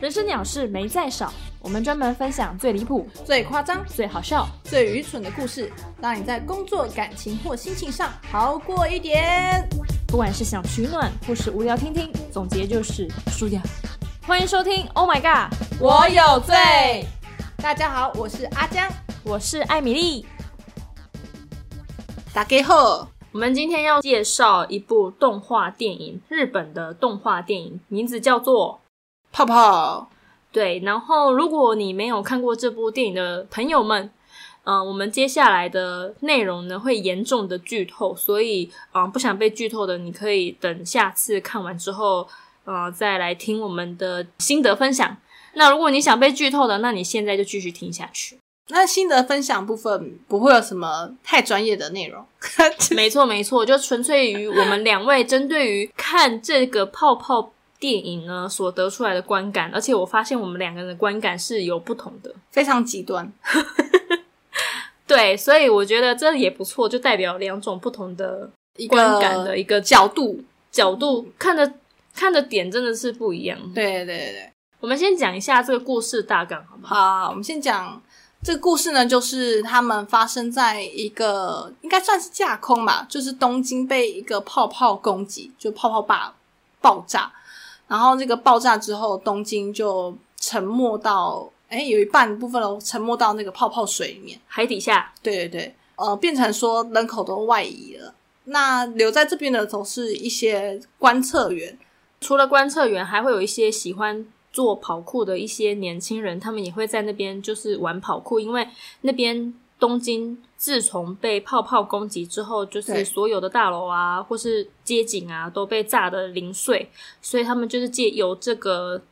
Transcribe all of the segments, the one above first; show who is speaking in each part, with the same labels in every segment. Speaker 1: 人生鸟事没在少，我们专门分享最离谱、
Speaker 2: 最夸张、
Speaker 1: 最好笑、
Speaker 2: 最愚蠢的故事，让你在工作、感情或心情上好过一点。
Speaker 1: 不管是想取暖或是无聊听听，总结就是舒压。欢迎收听，Oh my god，
Speaker 2: 我有罪。大家好，我是阿江，
Speaker 1: 我是艾米丽。
Speaker 2: 打给后，
Speaker 1: 我们今天要介绍一部动画电影，日本的动画电影，名字叫做
Speaker 2: 泡泡。
Speaker 1: 对。然后，如果你没有看过这部电影的朋友们，嗯、我们接下来的内容呢会严重的剧透，所以嗯、呃不想被剧透的，你可以等下次看完之后，呃，再来听我们的心得分享。那如果你想被剧透的，那你现在就继续听下去。
Speaker 2: 那心得分享部分不会有什么太专业的内容，
Speaker 1: 没错，没错，就纯粹于我们两位针对于看这个泡泡电影呢所得出来的观感，而且我发现我们两个人的观感是有不同的。
Speaker 2: 非常极端。
Speaker 1: 对，所以我觉得这也不错，就代表两种不同的
Speaker 2: 一个
Speaker 1: 观感的一个角
Speaker 2: 角度，
Speaker 1: 角度看的看的点真的是不一样。
Speaker 2: 对对对对。
Speaker 1: 我们先讲一下这个故事大纲，好不好？
Speaker 2: 好，我们先讲这个故事呢，就是他们发生在一个应该算是架空吧，就是东京被一个泡泡攻击，就泡泡把爆炸，然后这个爆炸之后，东京就沉没到，哎，有一半部分都沉没到那个泡泡水里面。
Speaker 1: 海底下，
Speaker 2: 对对对，呃，变成说人口都外移了。那留在这边的都是一些观测员，
Speaker 1: 除了观测员，还会有一些喜欢做跑酷的一些年轻人，他们也会在那边就是玩跑酷，因为那边东京自从被泡泡攻击之后，就
Speaker 2: 对
Speaker 1: 是所有的大楼啊或是街景啊都被炸得零碎，所以他们就是借由这个。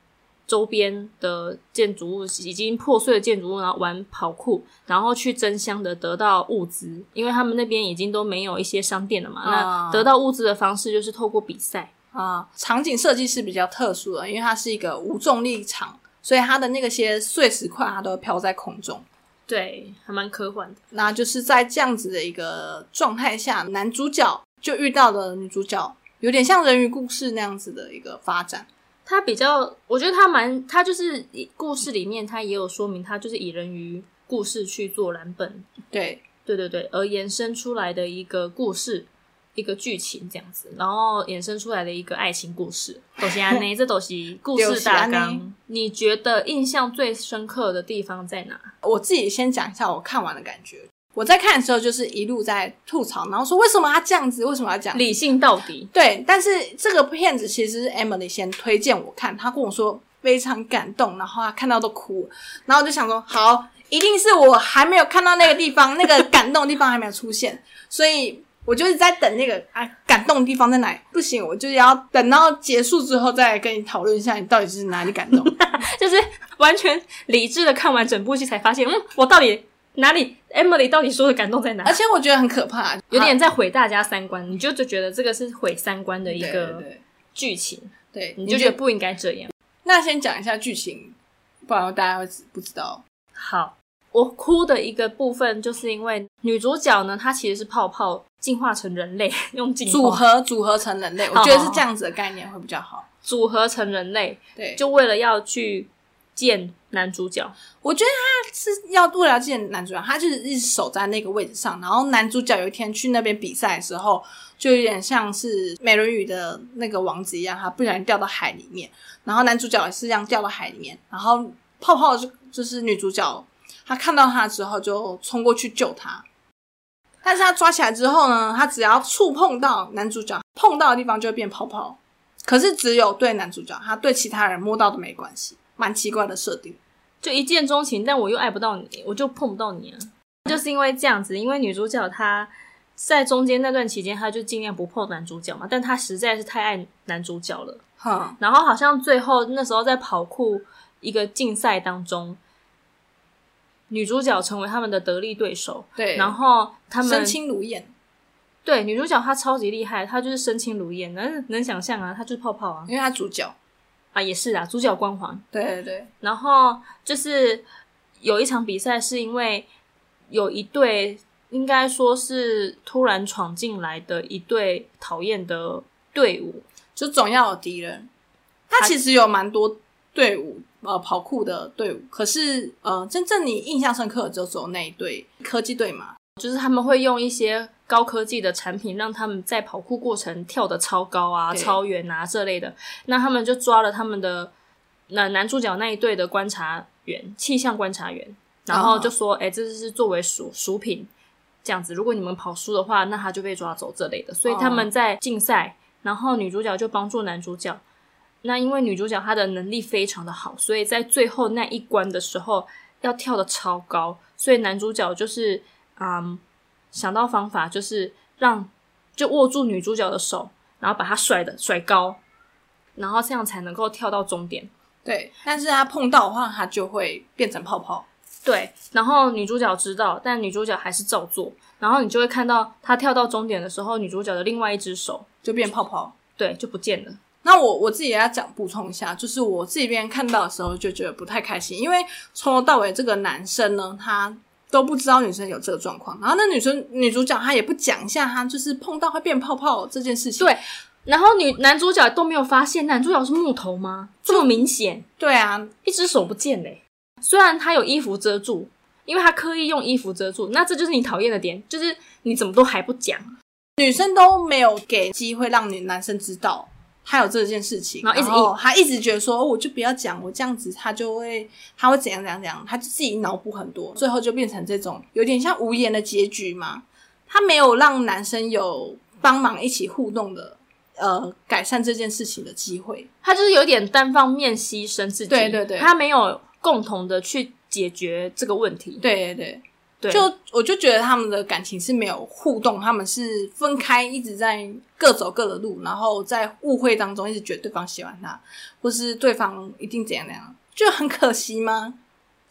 Speaker 1: 周边的建筑物已经破碎的建筑物，然后玩跑酷，然后去争相的得到物资，因为他们那边已经都没有一些商店了嘛。
Speaker 2: 啊
Speaker 1: 那得到物资的方式就是透过比赛，
Speaker 2: 啊，场景设计是比较特殊的，因为它是一个无重力场，所以它的那个些碎石块它都会飘在空中。
Speaker 1: 对，还蛮科幻的。
Speaker 2: 那就是在这样子的一个状态下，男主角就遇到了女主角，有点像人鱼故事那样子的一个发展。
Speaker 1: 它比较，我觉得它蛮，它就是以故事里面它也有说明，它就是以人鱼故事去做蓝本，
Speaker 2: 对，
Speaker 1: 对对对，而延伸出来的一个故事，一个剧情这样子，然后衍生出来的一个爱情故事。都是安内，这都是故事大
Speaker 2: 就是安内
Speaker 1: 纲。你觉得印象最深刻的地方在哪？
Speaker 2: 我自己先讲一下我看完的感觉。我在看的时候就是一路在吐槽，然后说为什么他这样子，为什么要这样子
Speaker 1: 理性到底，
Speaker 2: 对，但是这个片子其实是 Emily 先推荐我看，她跟我说非常感动，然后她看到都哭了，然后我就想说，好，一定是我还没有看到那个地方，那个感动的地方还没有出现，所以我就是在等那个啊感动的地方在哪里。不行，我就是要等到结束之后再来跟你讨论一下，你到底是哪 里感动。
Speaker 1: 就是完全理智的看完整部戏，才发现，嗯，我到底哪里，Emily 到底说的感动在哪
Speaker 2: 而？且我觉得很可怕，
Speaker 1: 有点在毁大家三观，你就就觉得这个是毁三观的
Speaker 2: 对
Speaker 1: 一
Speaker 2: 对
Speaker 1: 个
Speaker 2: 对
Speaker 1: 剧情，
Speaker 2: 对，
Speaker 1: 你就觉得不应该这样。
Speaker 2: 那先讲一下剧情，不
Speaker 1: 嗯
Speaker 2: 然大家会不知道。
Speaker 1: 好，我哭的一个部分就是因为女主角呢，她其实是泡泡进化成人类， 用进化
Speaker 2: 组合组合成人类，我
Speaker 1: 好
Speaker 2: 觉得
Speaker 1: 好
Speaker 2: 是
Speaker 1: 好
Speaker 2: 这样子的概念会比较好。
Speaker 1: 组合成人类，
Speaker 2: 对，就
Speaker 1: 就为了要去见男主角。
Speaker 2: 我觉得他是要为了见男主角，他就是一直守在那个位置上。然后男主角有一天去那边比赛的时候，就有点像是美人鱼的那个王子一样，他不小心掉到海里面。然后男主角也是一样掉到海里面。然后泡泡就就是女主角，她看到他之后就冲过去救他。但是他抓起来之后呢，他只要触碰到男主角碰到的地方就会变泡泡，可是只有对男主角，他对其他人摸到的没关系，蛮奇怪的设定。
Speaker 1: 就一见钟情，但我又爱不到你，我就碰不到你啊。就是因为这样子，因为女主角她在中间那段期间，她就尽量不碰男主角嘛，但她实在是太爱男主角了。
Speaker 2: 哼，
Speaker 1: 然后好像最后那时候在跑酷一个竞赛当中，女主角成为他们的得力对手，
Speaker 2: 对，
Speaker 1: 然后他
Speaker 2: 身
Speaker 1: 们
Speaker 2: 轻如燕，
Speaker 1: 对女主角她超级厉害，她就是身轻如燕，能能想象啊，她就是泡泡啊
Speaker 2: 因为他主角。
Speaker 1: 啊也是啊，主角光环。
Speaker 2: 对对对，
Speaker 1: 然后就是有一场比赛，是因为有一对应该说是突然闯进来的一对讨厌的队伍，
Speaker 2: 就总要有敌人。他其实有蛮多队伍呃跑酷的队伍。可是呃，真正你印象深刻的就只有那一队科技队嘛，
Speaker 1: 就是他们会用一些高科技的产品，让他们在跑酷过程跳得超高啊、
Speaker 2: 对
Speaker 1: 超远啊这类的。那他们就抓了他们的那男主角那一队的观察员、气象观察员，然后就说：“哎、这是作为属属品这样子，如果你们跑输的话，那他就被抓走这类的。”所以他们在竞赛，然后女主角就帮助男主角。那因为女主角她的能力非常的好，所以在最后那一关的时候要跳得超高，所以男主角就是嗯想到方法，就是让就握住女主角的手，然后把她甩的甩高，然后这样才能够跳到终点。
Speaker 2: 对，但是他碰到的话，他就会变成泡泡。
Speaker 1: 对，然后女主角知道，但女主角还是照做。然后你就会看到她跳到终点的时候，女主角的另外一只手，
Speaker 2: 就变泡泡。
Speaker 1: 对，就不见了。
Speaker 2: 那我我自己也要讲补充一下，就是我自己边看到的时候就觉得不太开心，因为从头到尾这个男生呢，他都不知道女生有这个状况，然后那女生女主角她也不讲一下，她就是碰到会变泡泡这件事情。
Speaker 1: 对然后女男主角都没有发现，男主角是木头吗？这么明显，
Speaker 2: 对啊，
Speaker 1: 一只手不见嘞、虽然他有衣服遮住，因为他刻意用衣服遮住，那这就是你讨厌的点，就是你怎么都还不讲，
Speaker 2: 女生都没有给机会让女男生知道他有这件事情，
Speaker 1: 然后一直
Speaker 2: 他一直觉得说，哦，我就不要讲，我这样子他就会他会怎样怎样怎样，他就自己脑补很多，最后就变成这种有点像无言的结局嘛。他没有让男生有帮忙一起互动的，呃，改善这件事情的机会。
Speaker 1: 他就是有点单方面牺牲自己，
Speaker 2: 对对对
Speaker 1: 他没有共同的去解决这个问题，
Speaker 2: 对对对，
Speaker 1: 对，
Speaker 2: 就我就觉得他们的感情是没有互动，他们是分开，一直在各走各的路，然后在误会当中一直觉得对方喜欢他，或是对方一定怎样怎样，就很可惜吗？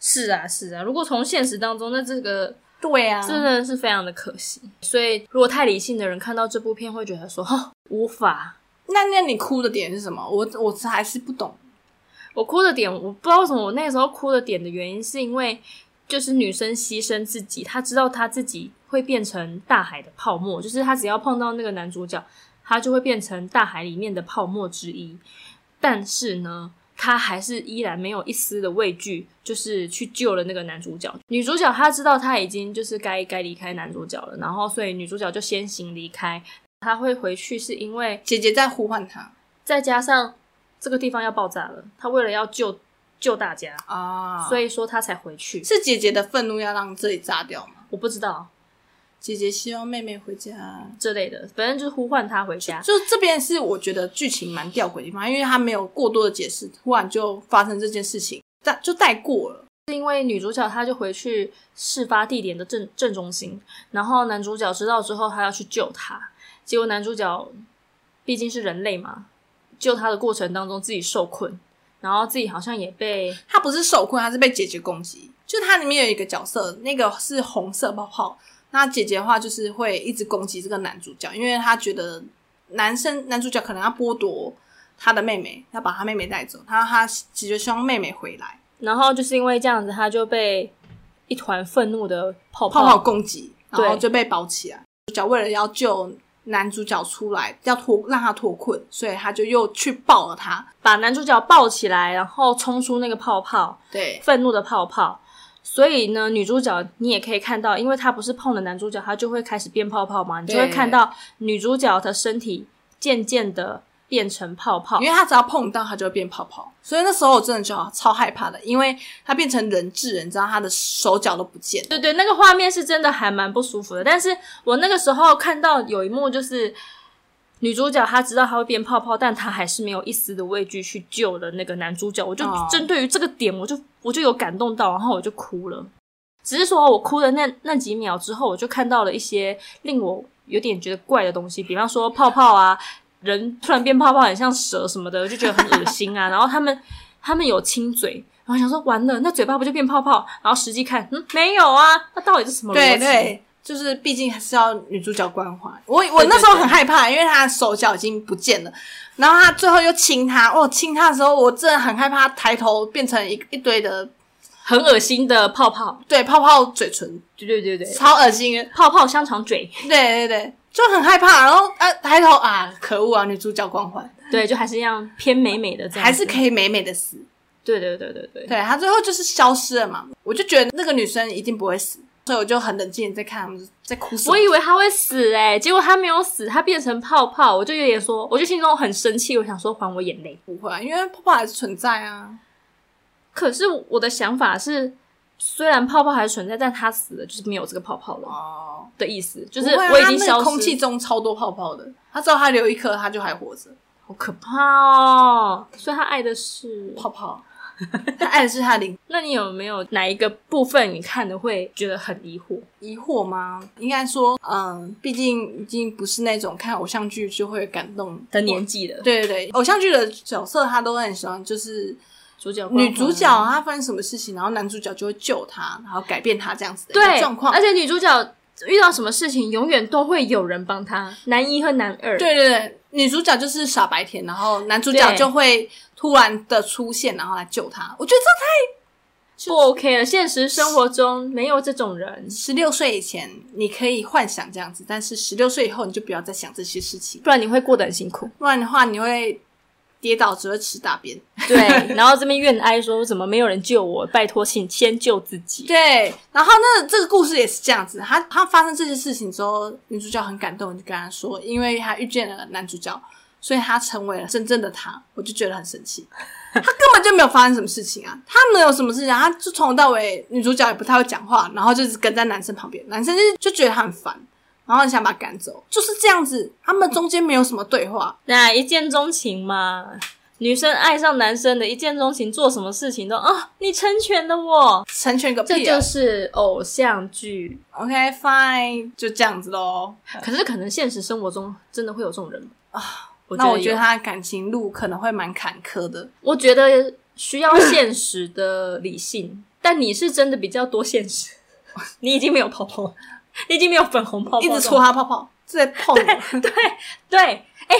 Speaker 1: 是啊是啊。如果从现实当中，那这个
Speaker 2: 对啊，
Speaker 1: 真的是非常的可惜。所以，如果太理性的人看到这部片，会觉得说，哦，无法。
Speaker 2: 那那你哭的点是什么？我我还是不懂。
Speaker 1: 我哭的点，我不知道为什么我那个时候哭的点的原因，是因为就是女生牺牲自己，她知道她自己会变成大海的泡沫，就是她只要碰到那个男主角，她就会变成大海里面的泡沫之一。但是呢，她还是依然没有一丝的畏惧，就是去救了那个男主角。女主角她知道她已经就是该该离开男主角了，然后所以女主角就先行离开。她会回去是因为
Speaker 2: 姐姐在呼唤他
Speaker 1: 再加上这个地方要爆炸了，他为了要救救大家，
Speaker 2: 啊
Speaker 1: 所
Speaker 2: 以
Speaker 1: 以说他才回去。
Speaker 2: 是姐姐的愤怒要让这里炸掉吗？
Speaker 1: 我不知道
Speaker 2: 姐姐希望妹妹回家。
Speaker 1: 这类的，反正就是呼唤他回家。
Speaker 2: 就这边是我觉得剧情蛮吊诡的地方，因为他没有过多的解释，突然就发生这件事情，但就带过了。
Speaker 1: 是因为女主角她就回去事发地点的正正中心，然后男主角知道之后，他要去救她，结果男主角毕竟是人类嘛，救她的过程当中自己受困，然后自己好像也被
Speaker 2: 他不是受困，他是被姐姐攻击。就它里面有一个角色，那个是红色泡泡。那姐姐的话就是会一直攻击这个男主角，因为她觉得男生男主角可能要剥夺他的妹妹，要把他妹妹带走。他他姐姐希望妹妹回来，
Speaker 1: 然后就是因为这样子，他就被一团愤怒的泡
Speaker 2: 泡泡攻击，然后
Speaker 1: 哦对
Speaker 2: 就被包起来。主角为了要救男主角出来，要脱让他脱困，所以他就又去抱了他。
Speaker 1: 把男主角抱起来，然后冲出那个泡泡，
Speaker 2: 对
Speaker 1: 愤怒的泡泡。所以呢，女主角你也可以看到，因为她不是碰了男主角，她就会开始变泡泡嘛，你就会
Speaker 2: 对
Speaker 1: 看到女主角的身体渐渐的变成泡泡
Speaker 2: 因。为他只要碰到，他就会变泡泡。所以那时候我真的就超害怕的，因为他变成人质人，你知道他的手脚都不见了。
Speaker 1: 对对，那个画面是真的还蛮不舒服的。但是我那个时候看到有一幕就是。女主角她知道她会变泡泡，但她还是没有一丝的畏惧去救了那个男主角。我就
Speaker 2: 哦
Speaker 1: 针对于这个点，我就我就有感动到，然后我就哭了。只是说我哭的那那几秒之后，我就看到了一些令我有点觉得怪的东西，比方说泡泡啊，人突然变泡泡，很像蛇什么的，我就觉得很恶心啊。 然后他们他们有亲嘴，然后想说完了，那嘴巴不就变泡泡？然后实际看，嗯，没有啊，那到底是什么逻
Speaker 2: 对
Speaker 1: 辑？
Speaker 2: 对，就是毕竟还是要女主角关怀。我我
Speaker 1: 对对
Speaker 2: 那时候很害怕，因为他手脚已经不见了，然后他最后又亲他，哦，亲他的时候我真的很害怕，他抬头变成一一堆的
Speaker 1: 很恶心的泡泡。
Speaker 2: 对泡泡嘴唇，
Speaker 1: 对对对对，
Speaker 2: 超恶心的。
Speaker 1: 泡泡香肠嘴，
Speaker 2: 对对对，就很害怕，然后啊抬头啊，可恶啊，女主角光环
Speaker 1: 对，就还是一样偏美美的这样子，
Speaker 2: 还是可以美美的死。
Speaker 1: 对对对对对，
Speaker 2: 对他最后就是消失了嘛，我就觉得那个女生一定不会死，所以我就很冷静地在看他们在哭什么
Speaker 1: 我。以为他会死哎、结果他没有死，他变成泡泡，我就有点说，我就心中很生气，我想说还我眼泪。
Speaker 2: 不会、啊，因为泡泡还是存在啊。
Speaker 1: 可是我的想法是，虽然泡泡还存在，但他死了就是没有这个泡泡了
Speaker 2: 哦，
Speaker 1: 的意思，就
Speaker 2: 就是
Speaker 1: 我已经消失，
Speaker 2: 空气中超多泡泡的，他只要他留一颗，他就还活着。
Speaker 1: 好可怕哦。所以他爱的是
Speaker 2: 泡泡，他爱的是他的灵
Speaker 1: 那你有没有哪一个部分你看的会觉得很疑惑？
Speaker 2: 疑惑吗？应该说，嗯，毕竟已经不是那种看偶像剧就会感动
Speaker 1: 的年。纪了，
Speaker 2: 对对对，偶像剧的角色他都很喜欢，就是
Speaker 1: 主角光环啊
Speaker 2: 女主角啊她发生什么事情，然后男主角就会救她，然后改变她这样子的一个
Speaker 1: 对
Speaker 2: 状况
Speaker 1: 而。且女主角遇到什么事情，永远都会有人帮她，男一和男二。
Speaker 2: 对对对，女主角就是傻白甜，然后男主角
Speaker 1: 对
Speaker 2: 就会突然的出现，然后来救她。我觉得这
Speaker 1: 不 OK 了。现实生活中没有这种人，
Speaker 2: 十六岁以前你可以幻想这样子，但是十六岁以后你就不要再想这些事情，
Speaker 1: 不然你会过得很辛苦。
Speaker 2: 不然的话你会跌倒，只会吃大便。
Speaker 1: 对，然后这边怨哀说怎么没有人救我？拜托，请先救自己。
Speaker 2: 对，然后那这个故事也是这样子，她她发生这些事情之后，女主角很感动，就跟她说，因为她遇见了男主角，所以她成为了真正的她，我就觉得很神奇。 她根本就没有发生什么事情啊，她没有什么事情、啊，她就从头到尾，女主角也不太会讲话，然后就是跟在男生旁边，男生就就觉得她很烦，然后很想把她赶走，就是这样子，他们中间没有什么对话，
Speaker 1: 那一见钟情嘛，女生爱上男生的一见钟情，做什么事情都啊、你成全了我，
Speaker 2: 成全个
Speaker 1: 这
Speaker 2: 屁、啊
Speaker 1: 就、是偶像剧。
Speaker 2: OK fine，就这样子喽。
Speaker 1: 可是可能现实生活中真的会有这种人啊？我
Speaker 2: 那我觉
Speaker 1: 有
Speaker 2: 得她的感情路可能会蛮坎坷的。
Speaker 1: 我觉得需要现实的理性， 但你是真的比较多现实， 你已经没有泡泡了，你已经没有粉红泡泡，
Speaker 2: 一直戳。他泡泡，在碰我。
Speaker 1: 对，哎、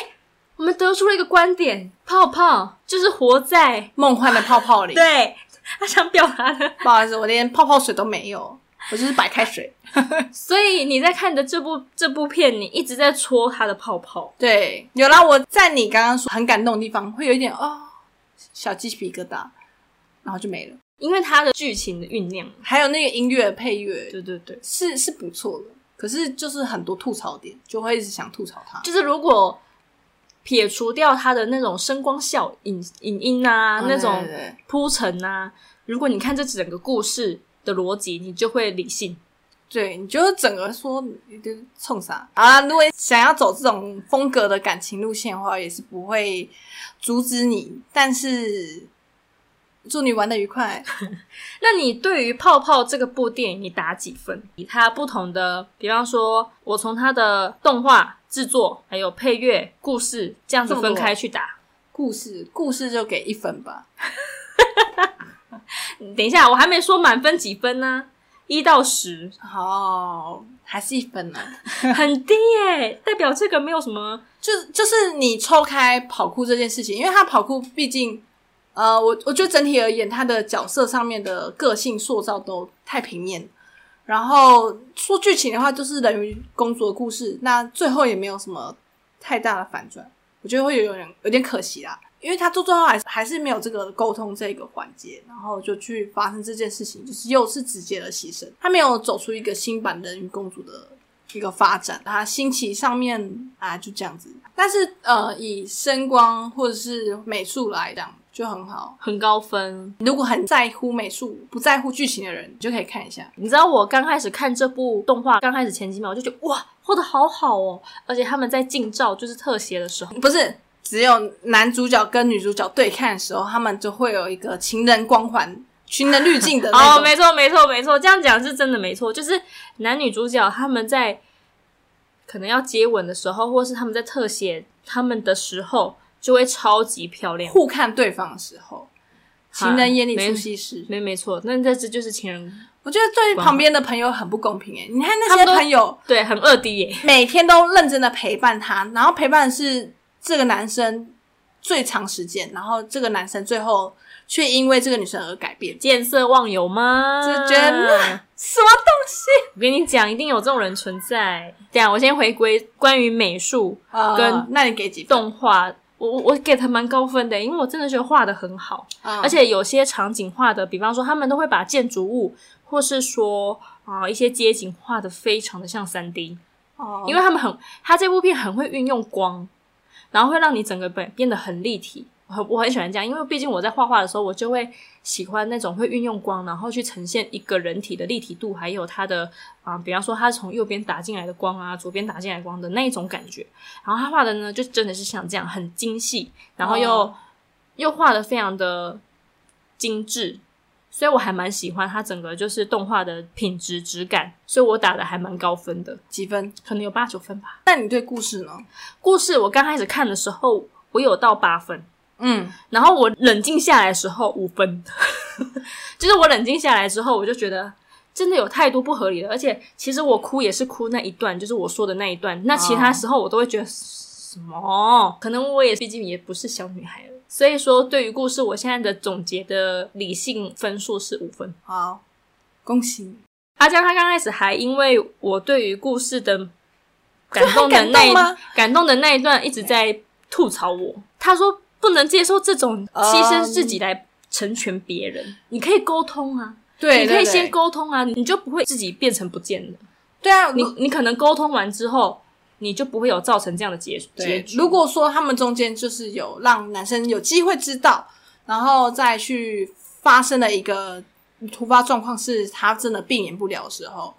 Speaker 1: 我们得出了一个观点：泡泡就是活在
Speaker 2: 梦幻的泡泡里。，
Speaker 1: 对他想表达的。
Speaker 2: 不好意思，我连泡泡水都没有，我就是白开水。
Speaker 1: 所以你在看的这部这部片，你一直在戳他的泡泡。
Speaker 2: 对，有啦，我在你刚刚说很感动的地方，会有一点哦，小鸡皮疙瘩，然后就没了。
Speaker 1: 因为他的剧情的酝酿，
Speaker 2: 还有那个音乐的配乐
Speaker 1: 对对对，
Speaker 2: 是是不错的，可是就是很多吐槽点，就会一直想吐槽它。
Speaker 1: 就是如果撇除掉他的那种声光效影影音啊，那种
Speaker 2: 哦对对对
Speaker 1: 铺陈啊，如果你看这整个故事的逻辑，你就会理性。
Speaker 2: 对，你就整个说你就冲啥啊？如果想要走这种风格的感情路线的话，也是不会阻止你，但是祝你玩的愉快。
Speaker 1: 那你对于《泡泡》这个部电影，你打几分？以它不同的，比方说，我从它的动画制作、还有配乐、故事这样子分开去打。
Speaker 2: 故事故事就给一分吧，，
Speaker 1: 等一下，我还没说满分几分呢、一到十
Speaker 2: 哦，还是一分呢、
Speaker 1: 很低耶、代表这个没有什么。
Speaker 2: 就就是你抽开跑酷这件事情，因为他跑酷毕竟，呃，我我觉得整体而言，他的角色上面的个性塑造都太平面。然后说剧情的话，就是人鱼公主的故事，那最后也没有什么太大的反转，我觉得会有点有点可惜啦。因为他做最后还是还是没有这个沟通这个环节，然后就去发生这件事情，就是又是直接的牺牲，他没有走出一个新版人鱼公主的一个发展，它兴起上面啊就这样子。但是呃，以声光或者是美术来讲就很好。
Speaker 1: 很高分，
Speaker 2: 如果很在乎美术、不在乎剧情的人，你就可以看一下。
Speaker 1: 你知道我刚开始看这部动画，刚开始前几秒我就觉得哇，画的好好哦，而且他们在近照就是特写的时候，
Speaker 2: 不是只有男主角跟女主角对看的时候，他们就会有一个情人光环、情人滤镜的那
Speaker 1: 哦，
Speaker 2: 种。
Speaker 1: 没错，没错，没错，这样讲是真的没错。就是男女主角他们在可能要接吻的时候，或是他们在特写他们的时候，就会超级漂亮。
Speaker 2: 互看对方的时候，情人眼里
Speaker 1: 没
Speaker 2: 出西施。
Speaker 1: 没没错，那这只就是情人，
Speaker 2: 我觉得对旁边的朋友很不公平诶、欸你看那
Speaker 1: 他
Speaker 2: 些
Speaker 1: 们都
Speaker 2: 朋友，
Speaker 1: 对，很二 D 耶。
Speaker 2: 每天都认真的陪伴他，然后陪伴是这个男生最长时间，然后这个男生最后却因为这个女生而改变，
Speaker 1: 见色忘友吗？
Speaker 2: 就觉得嗯什么
Speaker 1: 我跟你讲，一定有这种人存在。这样，我先回归关于美术
Speaker 2: 东
Speaker 1: 跟
Speaker 2: 呃那你给几分？
Speaker 1: 动画我我我给他蛮高分的，因为我真的觉得画的很好，
Speaker 2: 啊
Speaker 1: 而且有些场景画的，比方说他们都会把建筑物或是说啊、一些街景画的非常的像三 D，
Speaker 2: 哦，
Speaker 1: 因为他们很，他这部片很会运用光，然后会让你整个本变得很立体。我很我很喜欢这样，因为毕竟我在画画的时候，我就会喜欢那种会运用光，然后去呈现一个人体的立体度，还有它的啊、比方说它从右边打进来的光啊，左边打进来的光的那一种感觉。然后他画的呢，就真的是像这样，很精细，然后又、
Speaker 2: 哦
Speaker 1: 又画的非常的精致，所以我还蛮喜欢它整个就是动画的品质质感，所以我打的还蛮高分的，
Speaker 2: 几分？
Speaker 1: 可能有八九分吧。
Speaker 2: 那你对故事呢？
Speaker 1: 故事我刚开始看的时候，我有到八分，
Speaker 2: 嗯，
Speaker 1: 然后我冷静下来的时候五分， 就是我冷静下来之后，我就觉得真的有太多不合理的，而且其实我哭也是哭那一段，就是我说的那一段，那其他时候我都会觉得。什么？可能我也毕竟也不是小女孩了，所以说对于故事，我现在的总结的理性分数是五分。
Speaker 2: 好，恭喜你。
Speaker 1: 阿江他刚开始还因为我对于故事的感动的
Speaker 2: 这很
Speaker 1: 那
Speaker 2: 感
Speaker 1: 一
Speaker 2: 动吗
Speaker 1: 感动的那一段一直在吐槽我，他说不能接受这种牺牲自己来成全别人，嗯你可以沟通啊，
Speaker 2: 对，
Speaker 1: 你可以
Speaker 2: 对对
Speaker 1: 先沟通啊，你就不会自己变成不见了。
Speaker 2: 对啊，
Speaker 1: 你
Speaker 2: 如
Speaker 1: 你可能沟通完之后，你就不会有造成这样的结结
Speaker 2: 对，
Speaker 1: 局。
Speaker 2: 如果说他们中间就是有让男生有机会知道，然后再去发生了一个突发状况，是他真的避免不了的时候，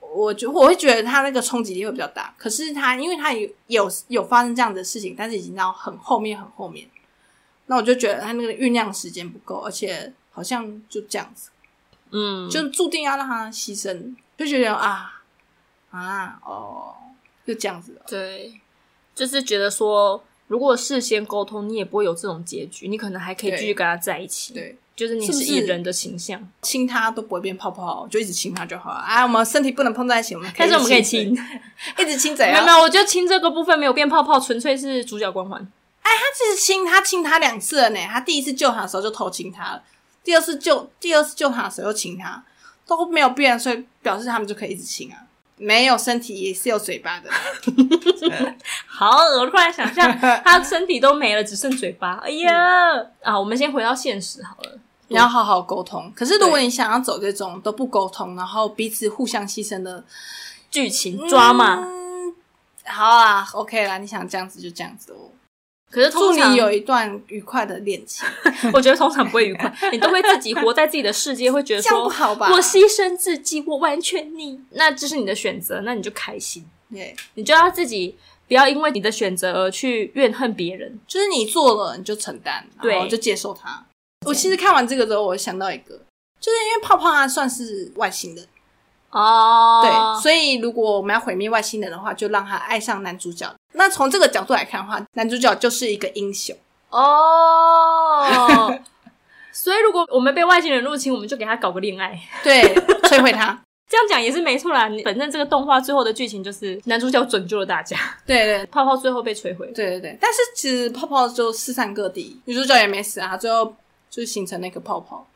Speaker 2: 我就我会觉得他那个冲击力会比较大。可是他因为他有有有发生这样的事情，但是已经到很后面很后面，那我就觉得他那个酝酿时间不够，而且好像就这样子，
Speaker 1: 嗯，
Speaker 2: 就注定要让他牺牲，就觉得啊啊哦，就这样子了。
Speaker 1: 对，就是觉得说，如果事先沟通，你也不会有这种结局，你可能还可以继续
Speaker 2: 对
Speaker 1: 跟他在一起。
Speaker 2: 对，
Speaker 1: 就是你
Speaker 2: 是不
Speaker 1: 是以
Speaker 2: 是
Speaker 1: 人的形象。
Speaker 2: 亲它都不会变泡泡，就一直亲它就好了。啊，我们身体不能碰在一起，我们
Speaker 1: 但是我们可以
Speaker 2: 一直
Speaker 1: 亲，
Speaker 2: 嘴，一直亲嘴
Speaker 1: 没有没
Speaker 2: 啊。
Speaker 1: 有，我觉得亲这个部分没有变泡泡，纯粹是主角光环。
Speaker 2: 他其实亲它亲它两次了呢。他第一次救它的时候就偷亲它了，第二次救第二次救它的时候又亲它，都没有变，所以表示他们就可以一直亲啊。没有身体也是有嘴 巴的，
Speaker 1: 好恶，我突然想象他身体都没了，只剩嘴巴。哎呀，啊，我们先回到现实好了。
Speaker 2: 你要好好沟通。可是如果你想要走这种都不沟通，然后彼此互相牺牲的
Speaker 1: 剧情抓嘛，
Speaker 2: 嗯好啊，OK 啦，你想这样子就这样子哦。
Speaker 1: 可是
Speaker 2: 祝
Speaker 1: 通常
Speaker 2: 你有一段愉快的恋情，
Speaker 1: 我觉得通常不会愉 快，你都会自己活在自己的世界，会觉得
Speaker 2: 这样
Speaker 1: 说
Speaker 2: 不好吧？
Speaker 1: 我牺牲自己，我完全你，那这是你的选择，那你就开心，
Speaker 2: 对，
Speaker 1: 你就要自己不要因为你的选择而去怨恨别人。
Speaker 2: 就是你做了你就承担，
Speaker 1: 对
Speaker 2: 然后就接受它。我其实看完这个之后，我想到一个，就是因为泡泡它算是外星人，
Speaker 1: 哦，
Speaker 2: 对，所以如果我们要毁灭外星人的话，就让他爱上男主角。那从这个角度来看的话，男主角就是一个英雄，
Speaker 1: 哦，所以如果我们被外星人入侵，我们就给他搞个恋爱。
Speaker 2: 对，摧毁他，
Speaker 1: 这样讲也是没错啦。你反正这个动画最后的剧情就是男主角拯救了大家，
Speaker 2: 对对
Speaker 1: 泡泡最后被摧毁。
Speaker 2: 对对对。但是其实泡泡就四散各地，女主角也没死啊，她最后就形成那个泡泡。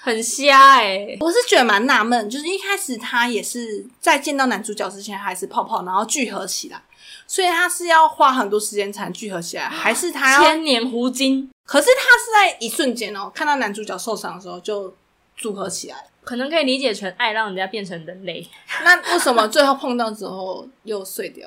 Speaker 1: 很瞎哎、
Speaker 2: 我是觉得蛮纳闷，就是一开始他也是在见到男主角之前还是泡泡，然后聚合起来，所以他是要花很多时间才能聚合起来，还是他要？
Speaker 1: 千年狐精
Speaker 2: 可是他是在一瞬间哦，看到男主角受伤的时候就组合起来了。
Speaker 1: 可能可以理解成爱让人家变成人类，
Speaker 2: 那为什么最后碰到之后又碎掉？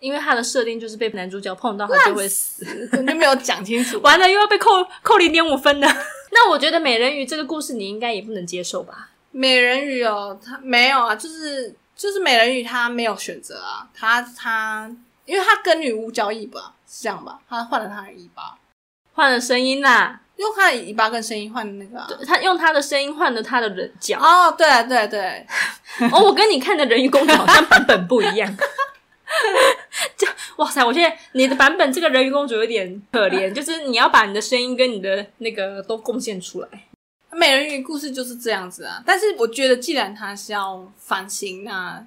Speaker 1: 因为它的设定就是被男主角碰到他就会死。
Speaker 2: 你就没有讲清楚。
Speaker 1: 完了又要被扣扣零点五分的。 那我觉得美人鱼这个故事你应该也不能接受吧？
Speaker 2: 美人鱼哦，他没有啊，就是就是美人鱼他没有选择啊，他他因为他跟女巫交易吧，是这样吧？他换了他的尾巴，
Speaker 1: 换了声音啦，
Speaker 2: 用他的尾巴跟声音换那个、啊。
Speaker 1: 他用他的声音换了他的人脚。
Speaker 2: 哦，对啊对啊对啊，
Speaker 1: 哦，我跟你看的《人鱼公主》好像版本不一 样。就哇塞！我现在你的版本这个人鱼公主有点可怜，就是你要把你的声音跟你的那个都贡献出来。
Speaker 2: 美人鱼故事就是这样子啊。但是我觉得，既然他是要翻新，那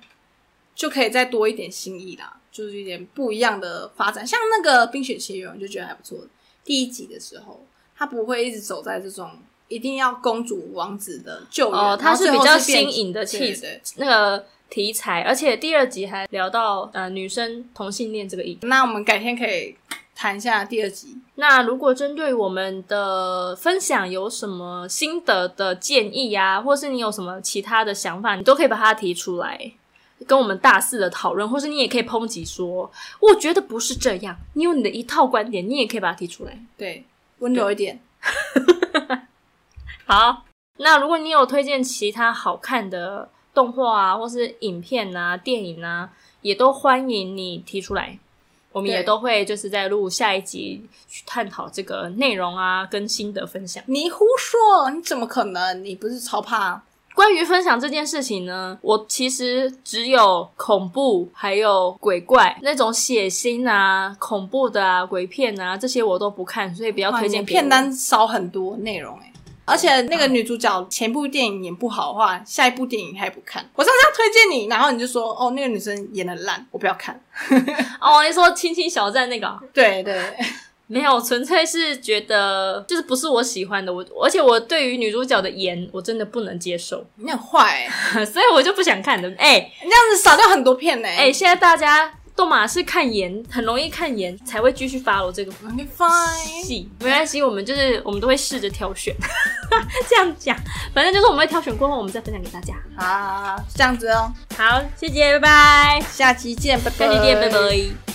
Speaker 2: 就可以再多一点新意啦，就是一点不一样的发展。像那个《冰雪奇缘》，我就觉得还不错。第一集的时候，他不会一直走在这种一定要公主王子的救援，
Speaker 1: 哦，它
Speaker 2: 然后
Speaker 1: 是
Speaker 2: 最
Speaker 1: 比
Speaker 2: 后
Speaker 1: 较
Speaker 2: 是变
Speaker 1: 新颖的气
Speaker 2: 对
Speaker 1: 质
Speaker 2: 对，
Speaker 1: 那个题材，而且第二集还聊到呃女生同性恋这个议题。
Speaker 2: 那我们改天可以谈一下第二集。
Speaker 1: 那如果针对我们的分享有什么心得的建议呀、或是你有什么其他的想法，你都可以把它提出来，跟我们大肆的讨论，或是你也可以抨击说，我觉得不是这样，你有你的一套观点，你也可以把它提出来。
Speaker 2: 对，温柔一点。
Speaker 1: 好，那如果你有推荐其他好看的动画啊，或是影片啊、电影啊，也都欢迎你提出来，我们也
Speaker 2: 对
Speaker 1: 都会就是在录下一集去探讨这个内容啊，跟心得分享。
Speaker 2: 你胡说，你怎么可能？你不是超怕？
Speaker 1: 关于分享这件事情呢，我其实只有恐怖还有鬼怪那种血腥啊、恐怖的啊、鬼片啊这些我都不看，所以不要
Speaker 2: 哇
Speaker 1: 推
Speaker 2: 你
Speaker 1: 荐
Speaker 2: 的
Speaker 1: 给我
Speaker 2: 片单少很多内容哎、而且那个女主角前部电影演不好的话，下一部电影还不看。我上次要推荐你，然后你就说哦，那个女生演的烂，我不要看。
Speaker 1: 哦。你说《亲亲小站》那个啊、
Speaker 2: 对对，
Speaker 1: 没有，纯粹是觉得就是不是我喜欢的。我而且我对于女主角的颜我真的不能接受，
Speaker 2: 你很坏、欸，
Speaker 1: 所以我就不想看的。哎、
Speaker 2: 你这样子少掉很多片呢、
Speaker 1: 哎、现在大家都马是看颜，很容易看颜才会继续 follow 这个
Speaker 2: 你 fine。
Speaker 1: 戏。没关系，我们就是我们都会试着挑选， 这样讲，反正就是我们会挑选过后，我们再分享给大家。
Speaker 2: 好，这样子哦，
Speaker 1: 好，谢谢，拜拜，
Speaker 2: 下期见，拜拜。
Speaker 1: 下期见，拜拜。